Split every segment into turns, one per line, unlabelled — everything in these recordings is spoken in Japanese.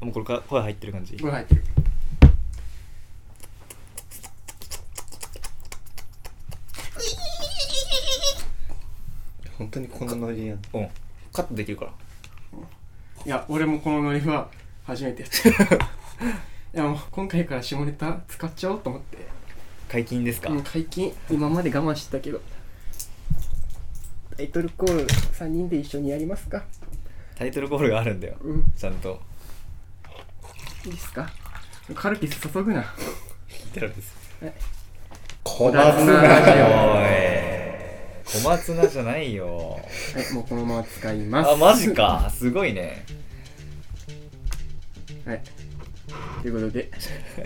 もうこれか声入ってる感じ
これ入ってる
本当にこのノリやん
うんカットできるから
いや俺もこのノリは初めてやった いやもう今回から下ネタ使っちゃおうと思って
解禁ですか、
うん解禁今まで我慢してたけどタイトルコール3人で一緒にやりますか
タイトルコールがあるんだよ
うん
ちゃんと
いいですかカルピス注ぐな
聞いてるんです
小
松
お
菜
い
ラ
小松菜じゃないよ
はいもうこのまま使います
あマジかすごいね
はいということで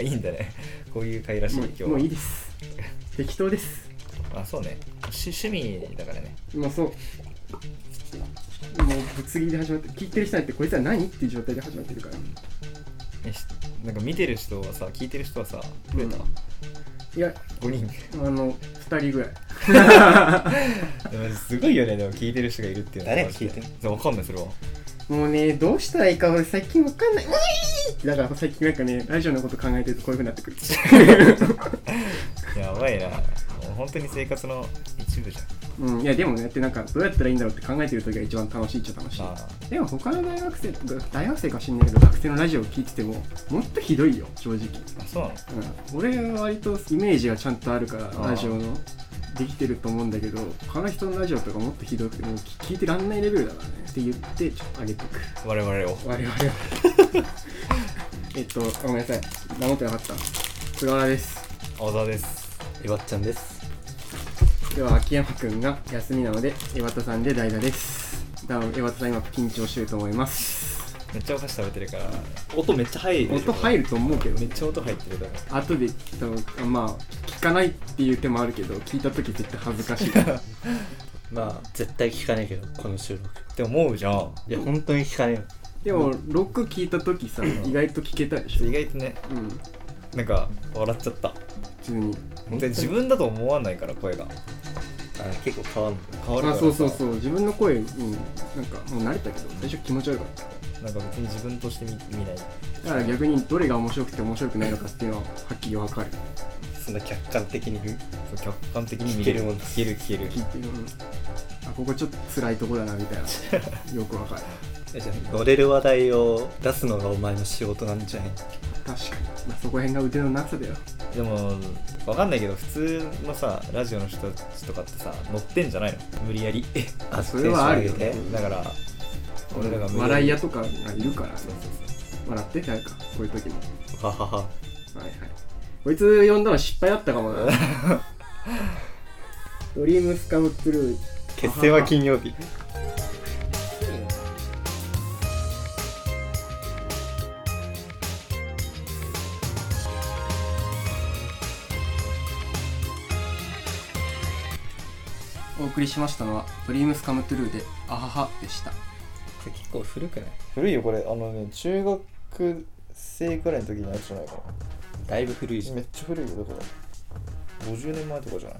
いいんだねこういう会らしい
も
今日
うもういいです適当です
あそうねし趣味だからね
まあそうもうぶつ切りで始まって聞いてる人なんてこいつは何っていう状態で始まってるから
えしなんか見てる人はさ聞いてる人はさ増えた、
うんいや
5人
あの2人ぐらい
でもすごいよねでも聞いてる人がいるっていうのは
誰が聞いてんの
そうわかんないそれは
もうねどうしたらいいか俺最近わかんないういってだから最近なんかねラジオのこと考えてるとこういうふうになってくる
やばいなもう本当に生活の一部じ
うんいやでもねやってなんかどうやったらいいんだろうって考えてる時が一番楽しいっちゃ楽し
ゃんああ
いでも他の大学生大学生か知んないけど学生のラジオを聞いててももっとひどいよ正直
あそうなの
うん、俺は割とイメージがちゃんとあるから
ー
ラジオのできてると思うんだけど他の人のラジオとかもっとひどくてもう聞いてらんないレベルだからねって言ってちょっと上げてく
我々を
我々 はえっとごめんなさい名乗ってなかった菅原です
小田です
いわっちゃんです
では秋山くんが休みなので岩田さんで代打です多分岩田さん今緊張してると思います
めっちゃお菓子食べてるから音めっちゃ入る
音入
る
ると思うけど
めっちゃ音入ってるだろ
後で多分まあ聞かないっていう手もあるけど聞いた時絶対恥ずかしい から
まあ絶対聞かねえけどこの収録
って思うじゃん
いや本当に聞かねえよ
でも、ロック聞いた時さ、意外と聞けたでしょ
意外とね
うん、普
なんか笑っちゃった
通に。
本当に自分だと思わないから声が
あ結構変わんの
変わるから
あ、
さ
そうそうそう、自分の声、うん、なんかもう慣れたけど、最初気持ち悪かった。
なんか別に自分として見見ない
だから逆にどれが面白くて面白くないのかっていうのははっきりわかる。
そんな客観的に
そう客観的に見
聞
れ
け
る
るもん
聞ける聞ける
聞いてる、うんあ、ここちょっと辛いとこだなみたい な。よくわかる。
えじゃあ乗れる話題を出すのがお前の仕事なんじゃない
確かに。まあ、そこら辺が腕のなさだよ。
でもわかんないけど普通のさラジオの人たちとかってさ乗ってんじゃないの無理やり
あ
それはあるよ
テンション上げて
だから俺らが無理
笑い屋
っ
とかがいるから、
そうそうそう
笑って、誰か、こういう時も。
ははは
はいはい。こいつ呼んだの失敗だったかもな。 ドリームスカムトゥルー。
結成は金曜日
お送りしましたのは「ドリームスカムトゥルー」で「あはは」で した
結構古くない
古いよこれあのね中学生くらいの時にやつじゃないか
だいぶ古い
なめっちゃ古いよこれ50年前とかじゃない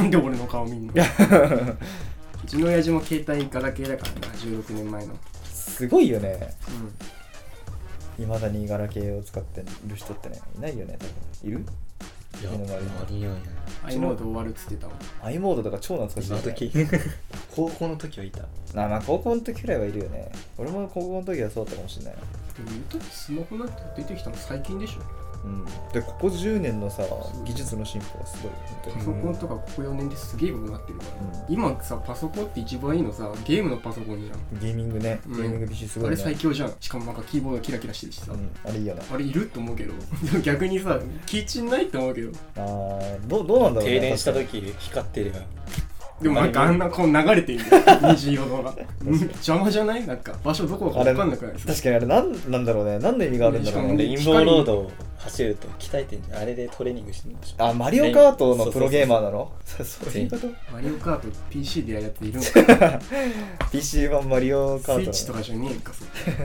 なんで俺の顔 見んのうちの親父も携帯ガラケーだからな16年前の
すごいよね
うん
いまだにガラケーを使ってる人ってねいないよね多分いる
いや
いや
ありえない
i
な
モード終わるっつってたわ
i モードとか超懐かしい
今
よ、ね、
時 高校の時はいた
なまあ高校の時くらいはいるよね俺も高校の時はそうだったかもしれないな
でも言うとスマホなんて出てきたの最近でしょ
うんでここ10年のさ技術の進歩はすごい本当
パ
に
ソコンとかここ4年ですげえことになってるから、
うん
今さパソコンって一番いいのさゲームのパソコンじゃん、
ゲーミングね、
うん
ゲーミング PC すご
あ
いね。
れ最強じゃんしかもなんかキーボードキラキラしてるしさ、
うん、あれいいよね。
あれいると思うけど でも逆にさキッチンないって思うけど
あーどうどうなんだろうね。
停電した時光ってるよ
でもなんかあんなこう流れてるんだよ 虹色のがうん邪魔じゃないなんか場所どこか
あれ
分かんなくないですか
確かにあれなんなんだろうね。何の意味があるんだろう
ね
ね。
レインボーロードを走ると鍛えてんじゃんあれでトレーニングしてんでしょ
あ、マリオカートのプロゲーマーなのそうそういうこと
マリオカート PC でやるやついるのかな
?PC 版マリオカ
スイ
ート
ッチとかじゃねえんかそれ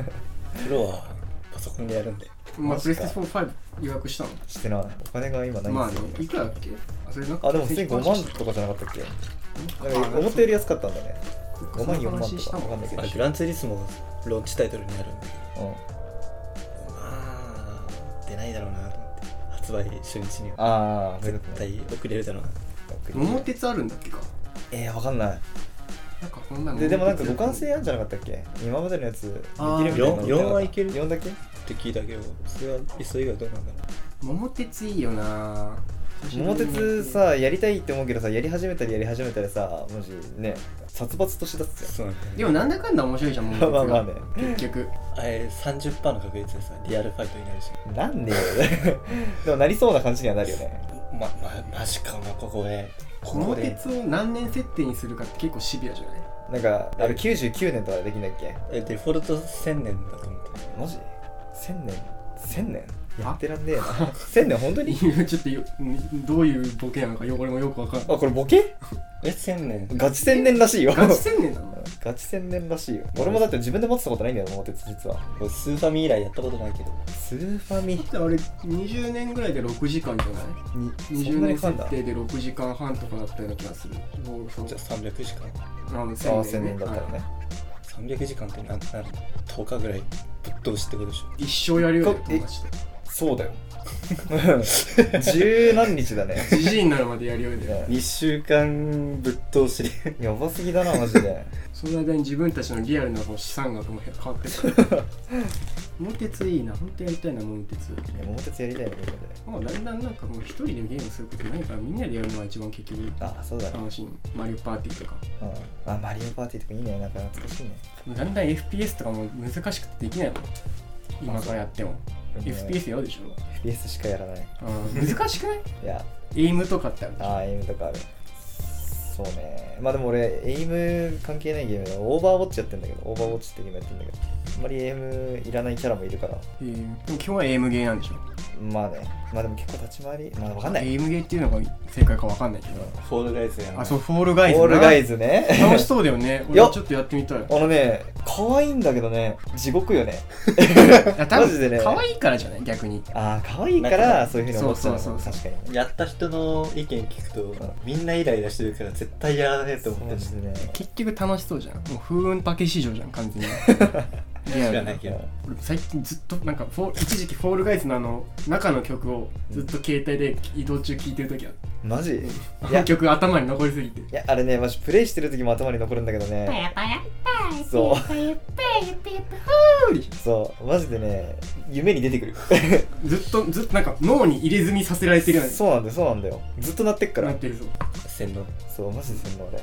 プロはパソコンでやるんで
まあ
マ
プ
ジ
レ
か
ステ5予約したの
してない。お金が今ない
まあ
ん
ね
ですよ。
いくらだっけあそれなんか
あ、でも普通に5万
と
とかじゃなかったっけなんか思ったより安かったんだね。 5万4万
そ
と
の話した
か
もん
わかんないけど
あグランツーリスモがローンチタイトルになるんで
うん
まあ出ないだろうなと思って発売初日には
ああ
絶対遅れるだろうな
桃鉄あるんだっけか
えー、わかんない
なんかこんなの
ででもなんか互換性あるんじゃなかったっけ今までのやつできるみ
あ
た
ー
いなの
四四はいける
4だけ
って聞いたけどそれはえそれ以外どうなんだろ
桃鉄いいよな
桃鉄さやりたいって思うけどさやり始めたりやり始めたりさマジね殺伐としだっ
う
すよ
そうなんだよ
でもなんだかんだ面白いじゃん桃鉄が
まあまあね
結局
あれ30%の確率でさリアルファイトになるし
なんでよ でもなりそうな感じにはなるよね
ままマジかなここで
桃鉄を何年設定にするかって結構シビアじゃない
なんかあれ99年とかできないっけ
えデフォルト1000年だと思って
マジ ?1000 年 ?1000 年やってらんねえな 1000年本当に
いやちょっとよどういうボケなのか汚れもよくわかん
あ
ない
これボケ
え1000年
ガチ1000年らしいよ
ガチ千年なの
ガチ1000年らしいよ俺もだって自分で持ってたことないんだよ桃鉄実は
俺スーファミ以来やったことないけど
スーファミ
だってあれ20年ぐらいで6時間じゃない
にそ
20
んなに
年
かかんだ
設定で6時間半とかだったような気がするボールフォ
じゃ
ー
あ300時間
あの
ああ
1000
1000
年
年
ね
だったら
は
ね
300時間ってなんなる10日ぐらいぶっ通しってことでしょ
い一生やるよ
こ
友達と
そうだよ 十何日だね
じじいになるまでやるようで
2週間ぶっ通しで
やばすぎだなマジで
その間に自分たちのリアルなこの資産額も変わってくる桃鉄いいな本当やりたいな桃鉄
いや桃鉄やりたいよみんなで
もうだんだんなんかもう一人でゲームすることないからみんなでやるのが一番結局
ああそうだね、
楽しいマリオパーティーとか
うん、あマリオパーティーとかいいねなんか懐かしいね
だんだん FPS とかも難しくてできないもん今からやっても FPS やるでしょ、
FPS しかやらない
うん、難しくない
いや
エイムとかってあるでし
あーエイムとかあるそうねまあでも俺エイム関係ないゲームだオーバーウォッチやってんだけどオーバーウォッチってゲームやってんだけどあんまりエイムいらないキャラもいるから
ょ、でも今日はエイムゲーなんでしょ
まあねまあでも結構立ち回りまあわかんない
エイムゲーっていうのが正解かわかんないけど、
フォールガイズや
あそうフォールガイズ
オールガイ
ズ
ズね
楽しそうだよ ね俺
よっ
ちょっとやってみたい
あのね可愛いんだけどね地獄よね
いや多
マジでね
分可愛いからじゃない逆に
ああ可愛いからそういうふうに思っちゃう
そう
の
そう
確かにね
やった人の意見聞くとみんなイライラしてるから絶対やらねえと思って
マ
る
ジでね
結局楽しそうじゃんもう風雲竹市場じゃん 完全にリア
知
ル
ら
な
ないけど
俺最近ずっとなんかフォー一時期フォールガイズのあの中の曲をずっと携帯で移動中聴いてる時あって
マ ジ
あ
いや
の曲が頭に残りすぎて
いやあれねマジプレイしてる時も頭に残るんだけどねそうそうマジでね夢に出てくる
ずっとずっとなんか脳に入れ墨させられてるよう
そうなんだよそうなんだよずっとなってっか
にな
ら
ってるぞ
洗脳
そうマジでそんな俺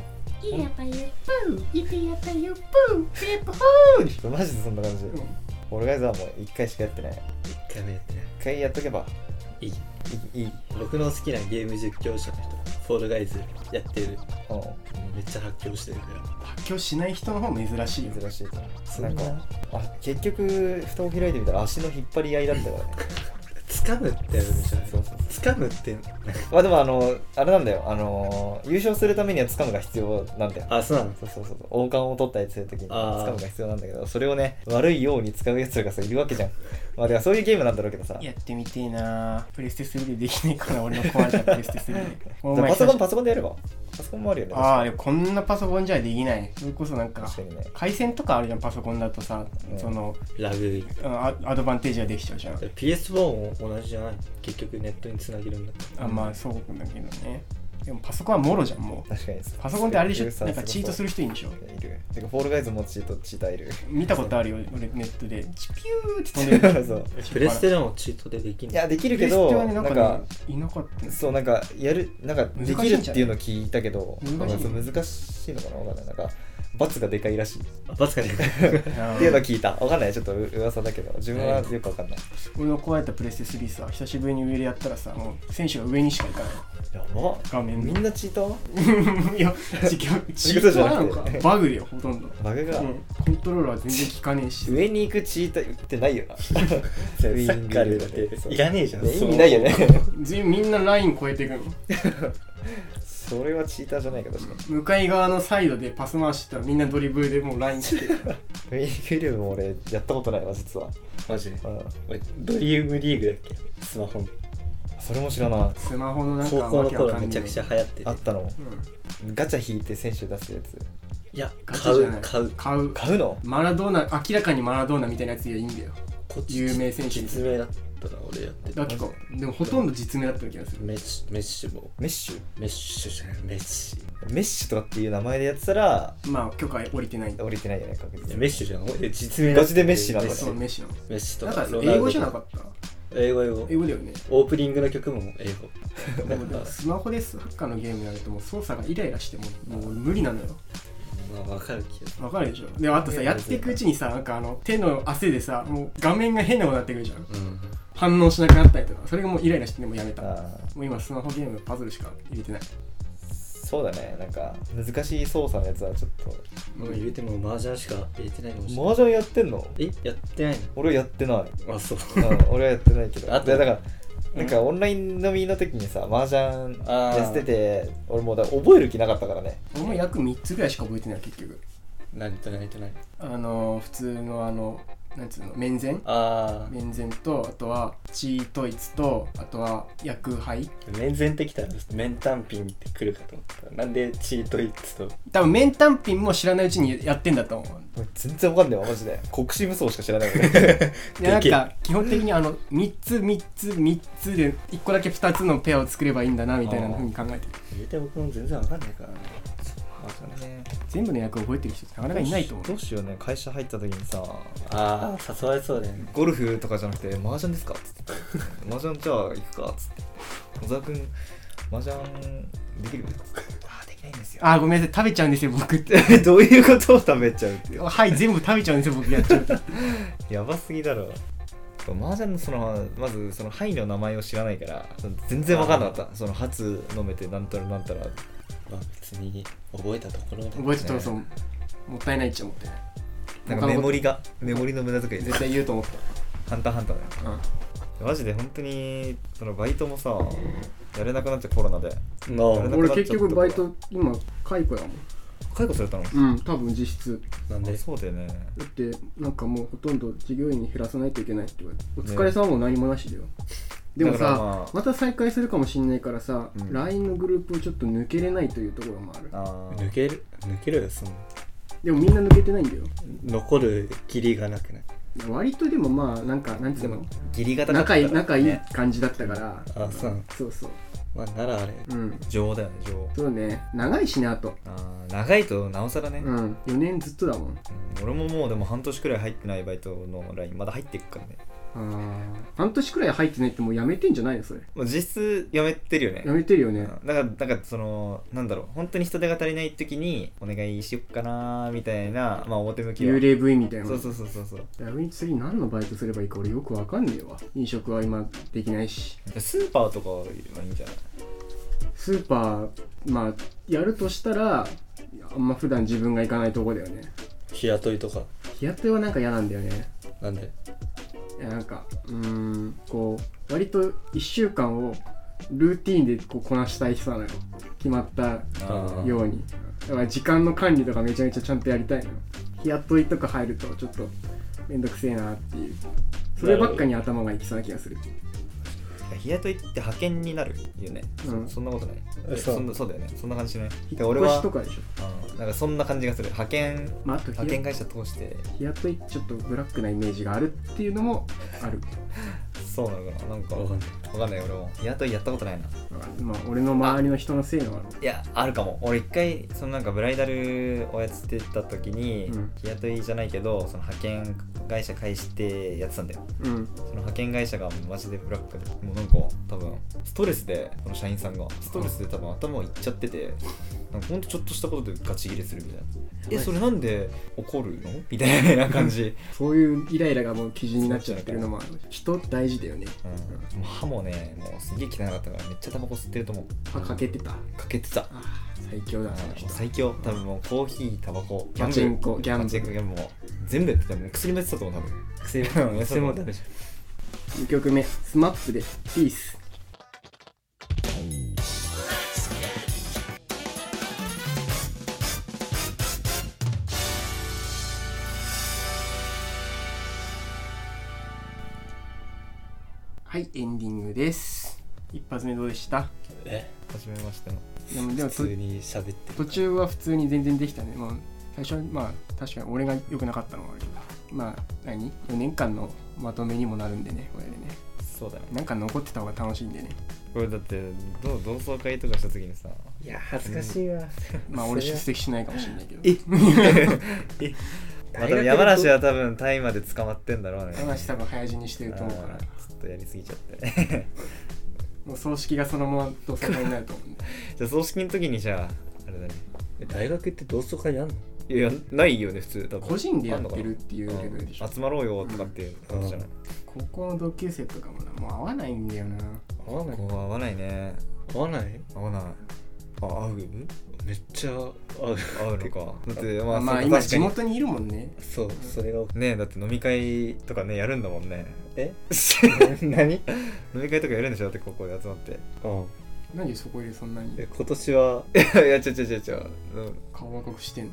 マジでそんな感じ
うん
俺がさもう1回しかやってない
1回目やってね
1回やっとけば
いい
いいいい
僕の好きなゲーム実況者の人フォールガイズやってる
う
めっちゃ発狂してるから
発狂しない人の方珍しいよ
ん珍しいと思うなん
ん
かあ結局蓋を開いてみたら足の引っ張り合いだ ったからね
掴むってやるでしょ
そうそう
掴むって
まあでもあのあれなんだよあの優勝するためには掴むが必要なんだよ
あそうなの
そうそうそうそう王冠を取ったりするときに
あー
掴むが必要なんだけどそれをね悪いように使うやつらがさいるわけ じゃんまあでもそういうゲームなんだろうけどさ
やってみてえなプレステ3でできねえから俺の壊れたプレステ3で お前
パソコンパソコンでやればパソコンもあるよね
ああでもこんなパソコンじゃできないそれこそなんか
確かにね
回線とかあるじゃんパソコンだとさ、
うん
その
ラグ
あアドバンテージができちゃうじゃん
PS4 も同じじゃない結局ネットにつなげるんだった
あまあそうだけどねでもパソコンはもろじゃんもう
確かに
パソコンってあれでしょなんかチートす
る
る人いいんでしょ
いるてかフォールガイズもチートチーターいる
見たことあるよ俺ネットでチピューって飛んで る
そう
プレステでもチートでできん
い
の
やでき
プ
るけ
レステ
ど
はね
な
なんん
か
か,、ね、いなかった
そうなんかやるなんかできるっていうの聞いたけど
難しいんじゃな
な
い
んかそう難しいのかなわかんないなんか罰がでかいらしい っ
あバツか ね
ていうの
う
は聞いたわかんないちょっと噂だけど自分はよくわかんない
俺の壊れたプレステ3さ久しぶりに上でやったらさもう選手が上にしか行かない
やば
画面
み
の
んなチート
いや違うチートなのかバグだよほとんど
バグが、
うんコントローラー全然効かねえし
上に行くチートってないよな。サ
サッカーでだっていらねえじゃん
意味ないよね。
全員みんなライン越えていくの
それはチーターじゃないか、確かに。
向かい側のサイドでパス回してたらみんなドリブルでもうラインしてる
ウェイクリームも俺、やったことないわ、実は。
マジで
うん。
俺ドリームリーグだっけスマホ
それも知らない。
スマホのなんか
高校の
わけわ
頃
かんねえ
めちゃくちゃ流行ってて
あったの。
うん
ガチャ引いて選手出すやつ。
いや
ガチ
買
じゃ
う
ない
買う
買う
買うの
マラドーナ明らかにマラドーナみたいなやつがいいんだよ
こっち
有名選手
実名だったら俺やって
だってかでもほとんど実名だった気がする
メッシメッシも
メッシュ
メッシュじゃないメッシ
メッシュとかっていう名前でやってたら
まあ許可降りてないんだ
降りてないよね確
いや
実に
メッシュじゃん俺実名
ガチでメッシなんだ
メッ
ね
シ
そうメッシの
メッシと
なん
か
か
ロナウドと
英語じゃなかった
英語英語
英語だよね
オープニングの曲も英語
でもでもスマホでサッカーのゲームやるともう操作がイライラしてもうもう無理なのよ
まあ分かる気が
わかるでしょであとさやっていくうちにさなんかあの手の汗でさもう画面が変なことになってくるじゃん
うん
反応しなくなったりとかそれがもうイライラしてもうやめたも
あ
う今スマホゲームパズルしか入れてない
ーそうだねなんか難しい操作のやつはちょっ
もう入れても麻雀しか入れてないかもしれ
と
ない
麻雀やってんの
えやってない
俺やってない
のあそう
うん俺はやってないけど
あと
いやだからなんかオンライン飲みの時にさ麻雀
あー
やってて俺もうだから覚える気なかったからね
俺も約3つぐらいしか覚えてない結局
何と何と何
あの普通のあのなんつうの面前
あ
面前とあとはチートイツとあとは薬杯
あ面前ってきたら面単品ってくるかと思ったなんでチートイッツと
多分面単品も知らないうちにやってんだと思
俺全然わかんないわマジで国士無双しか知らない俺
うでなん
でけ
か基本的にあの3つ3つ3つで1個だけ2つのペアを作ればいいんだなみたいなふうに考えてる
入れて僕も全然わかんないからね
全部の役を覚えてる人ってなかなかいないと思
どうしようね会社入った時にさ
ああ誘われそうだよね
ゴルフとかじゃなくて麻雀ですかっつって麻雀じゃあ行くかっつって小沢君麻雀できるっつってあーできないんです
う
よ
あーごめんなさい食べちゃうんですよ 僕って
どういうことを食べちゃうっていう
はい全部食べちゃうんですよ僕やっちゃうと
やばすぎだろ麻雀のそのまずその範囲の名前を知らないから全然わかんなかったその初飲めてなんたらなんたら
まあ別に覚えたところで
覚えてたらそうもったいないっちゃもったいない
なんかメモリがメモリの無駄遣い
絶対言うと思っ
ハンターハンターだよ
た、うん
マジで本当にそのバイトもさやれなくなってコロナで
の
誰だ
俺結局バイト今解雇やもん
解雇されたの
うん多分実質
なんで
あそうだよね
だってなんかもうほとんど従業員に減らさないといけないって言われてお疲れ様も何もなしだよ、でも
だから
さ、
ま
また再開するかもしんないからさ、
うん
LINE のグループをちょっと抜けれないというところもある
あ
抜ける抜けるよその
でもみんな抜けてないんだよ
残る義理がなくない
割とでもまあなんかなんつうの
ギリ型
仲いい
な
仲いい感じだったから、
あーそうなの
そうそう
まあならあれ
うん
情だよね情
そうね長いしねあと
あー長いとなおさらね、
う
うん
ん4年ずっとだもん
俺ももうでも半年くらい入ってないバイトのラインまだ入ってくからね
あー半年くらい入ってないってもうやめてんじゃないのそれ
もう実質やめてるよね
やめてるよ
う
ね
んだからなんかそのなんだろう本当に人手が足りない時にお願いしよっかなーみたいなまあ表向きは
幽霊部員みたいな
そうそうそうそうそう
ラブイン次何のバイトすればいいか俺よくわかんねえわ飲食は今できないし
スーパーとかはいいんじゃない
スーパーまあやるとしたらあんま普段自分が行かないとこだよね
日雇いとか
日雇いはなんか嫌なんだよね
なんで
いやなんかうーんこう割と1週間をルーティーンでこうこなしたい人なのよ決まった
あ
ようにだから時間の管理とかめちゃめちゃちゃんとやりたいのよ日雇いとか入るとちょっとめんどくせえなっていうそればっかに頭がいきそうな気がする
いや日雇いって派遣になるよね、
うん
そそんなことない
えそう
そんなそうだよねそんな感じしないだ
引
から
っ
俺
越し
は
とかでしょ
うんなんかそんな感じがする派遣
まあ、あと
派
日
遣
雇
会社通して
日雇いちょっとブラックなイメージがあるっていうのもある
そうなのかななんか
わかんない
わかんない俺も日雇いやったことないな
まあ俺の周りの人のせいのはある
いやあるかも俺一回そのなんかブライダルをやってた時に、
うん
日雇いじゃないけどその派遣会社返してやってたんだよ
うん
その派遣会社がマジでブラックでもうなんか多分ストレスでその社員さんがストレスで多分頭いっちゃっててなんかほんとちょっとしたことでガチ切れするみたいなえそれなんで怒るのみたいな感じ、
そういうイライラがもう基準になっちゃってるのもある人大事だよね
うん、もう歯もねもうすげえ汚かったからめっちゃタバコ吸ってると思う
歯かけてた
かけてた
あー最強だ
あ
なその
ーも
人
う最強多分もうコーヒータバコ
パチンコギャンブル
パチンコギャンブルもう全部やってたもう薬もやってたと思う多分
癖も
うん
癖もダメじ
2曲目 SMAP で「ピースはいエンディングです一発目どうでした
ゃんえ
初めましての
でもでも
普
と
通に喋って
途中は普通に全然できたねもう最初はまあ確かに俺が良くなかったのもあるけどまあ何4年間のまとめにもなるんでねこれでね
そうだね
なんか残ってた方が楽しいんでね
これだってどう同窓会とかした時にさ
いや恥ずかしいわ、
まあ
それは
俺出席しないかもしれないけど
えまあ多
大学
分山梨は多分タイまで捕まってんだ ろうね
話多分早死にして
あ
る
ー
と思うから
ちょっとやりすぎちゃって
もう葬式がそのまま同窓会になると思うんで
じゃあ葬式の時にじゃああれだね
え大学って同窓会やんの
いやないよね普通多分
個人でや
あん
っ
のか
て
な
るっていうレベルでしょ
集まろうよとかっていうことじゃない、
高校の同級生とかもなもう会わないんだよな
合わな
ここは合わないね
合わない
合わないあ合う
めっちゃ合う
合うのかだってま
ま
あ
あ、まあ
そうか
今
確か
地
に
元にいるもんね
そうそれが
ねだって飲み会とかねやるんだもんね
え
飲
何うん
み会とかやるんでしょだって高校で集まって
なんでそこでそんなに
え今年はい
やいやちょちょちょちょ、うん、
顔赤くしてんの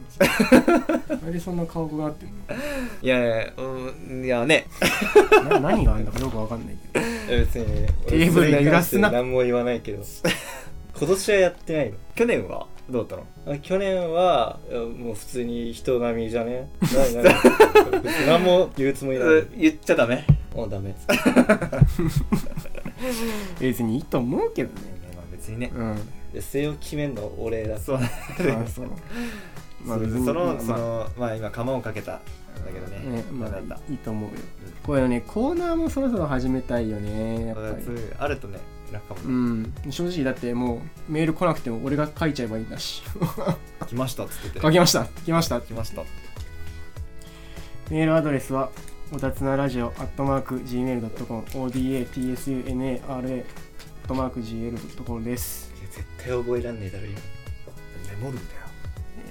なんでそんな顔があって
い
ん
やいや、うん、いやね
のな何があるのかよくわかんない けど
え別 に
テーブルに揺らすな
俺それに関して何も言わないけど 今年はやってないの
去年はどうだっ
あ去年はえもう普通に人並みじゃねな な別に何も言うつもり
た
な
の、
い
言っちゃダメ、
もうダメ
別にいいと思うけどね
まあ、別にね、
うん
それを決めんの俺だ
そう
ま あそうまあ
そ
別に
その、
まあ
そのまあ今釜をかけたんだけどね、
ねま
まだだ
あいいと思うよこれねコーナーもそろそろ始めたいよねやっぱ
そう
り
いうあるとね楽かも、
うん正直だってもうメール来なくても俺が書いちゃえばいいんだし
来ましたっつってて
書きました来ました
来ましたって
メールアドレスはおたつなラジオアットマーク Gmail.com odatsunara アットマーク Gl.com です
絶対覚えらんねえだろ今
メモるんだよ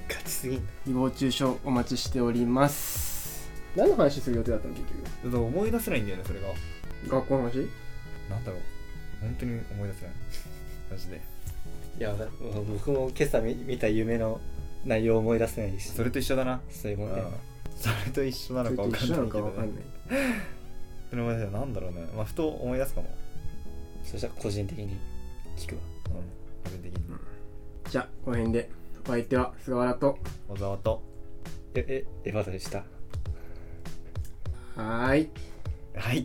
勝ちすぎんだ
誹謗中傷お待ちしております何の話する予定だったの結
だから思い出せないんだよねそれが
局学校の話
なんだろう本当に思い出せないマジで
いやだ僕も今朝見見た夢の内容思い出せないし
それと一緒だな、
そういうも
うん
ね
それと一緒なの
それ
か
と
分
一緒なのか
か
わか
んないけど
ん
ね
ない
それまでなんだろうねまあふと思い出すかも
そしたら個人的に聞くわ
うん個人的に
じゃあこの辺でお相手は菅原と
小沢と
ええエヴァでした
はーい
はい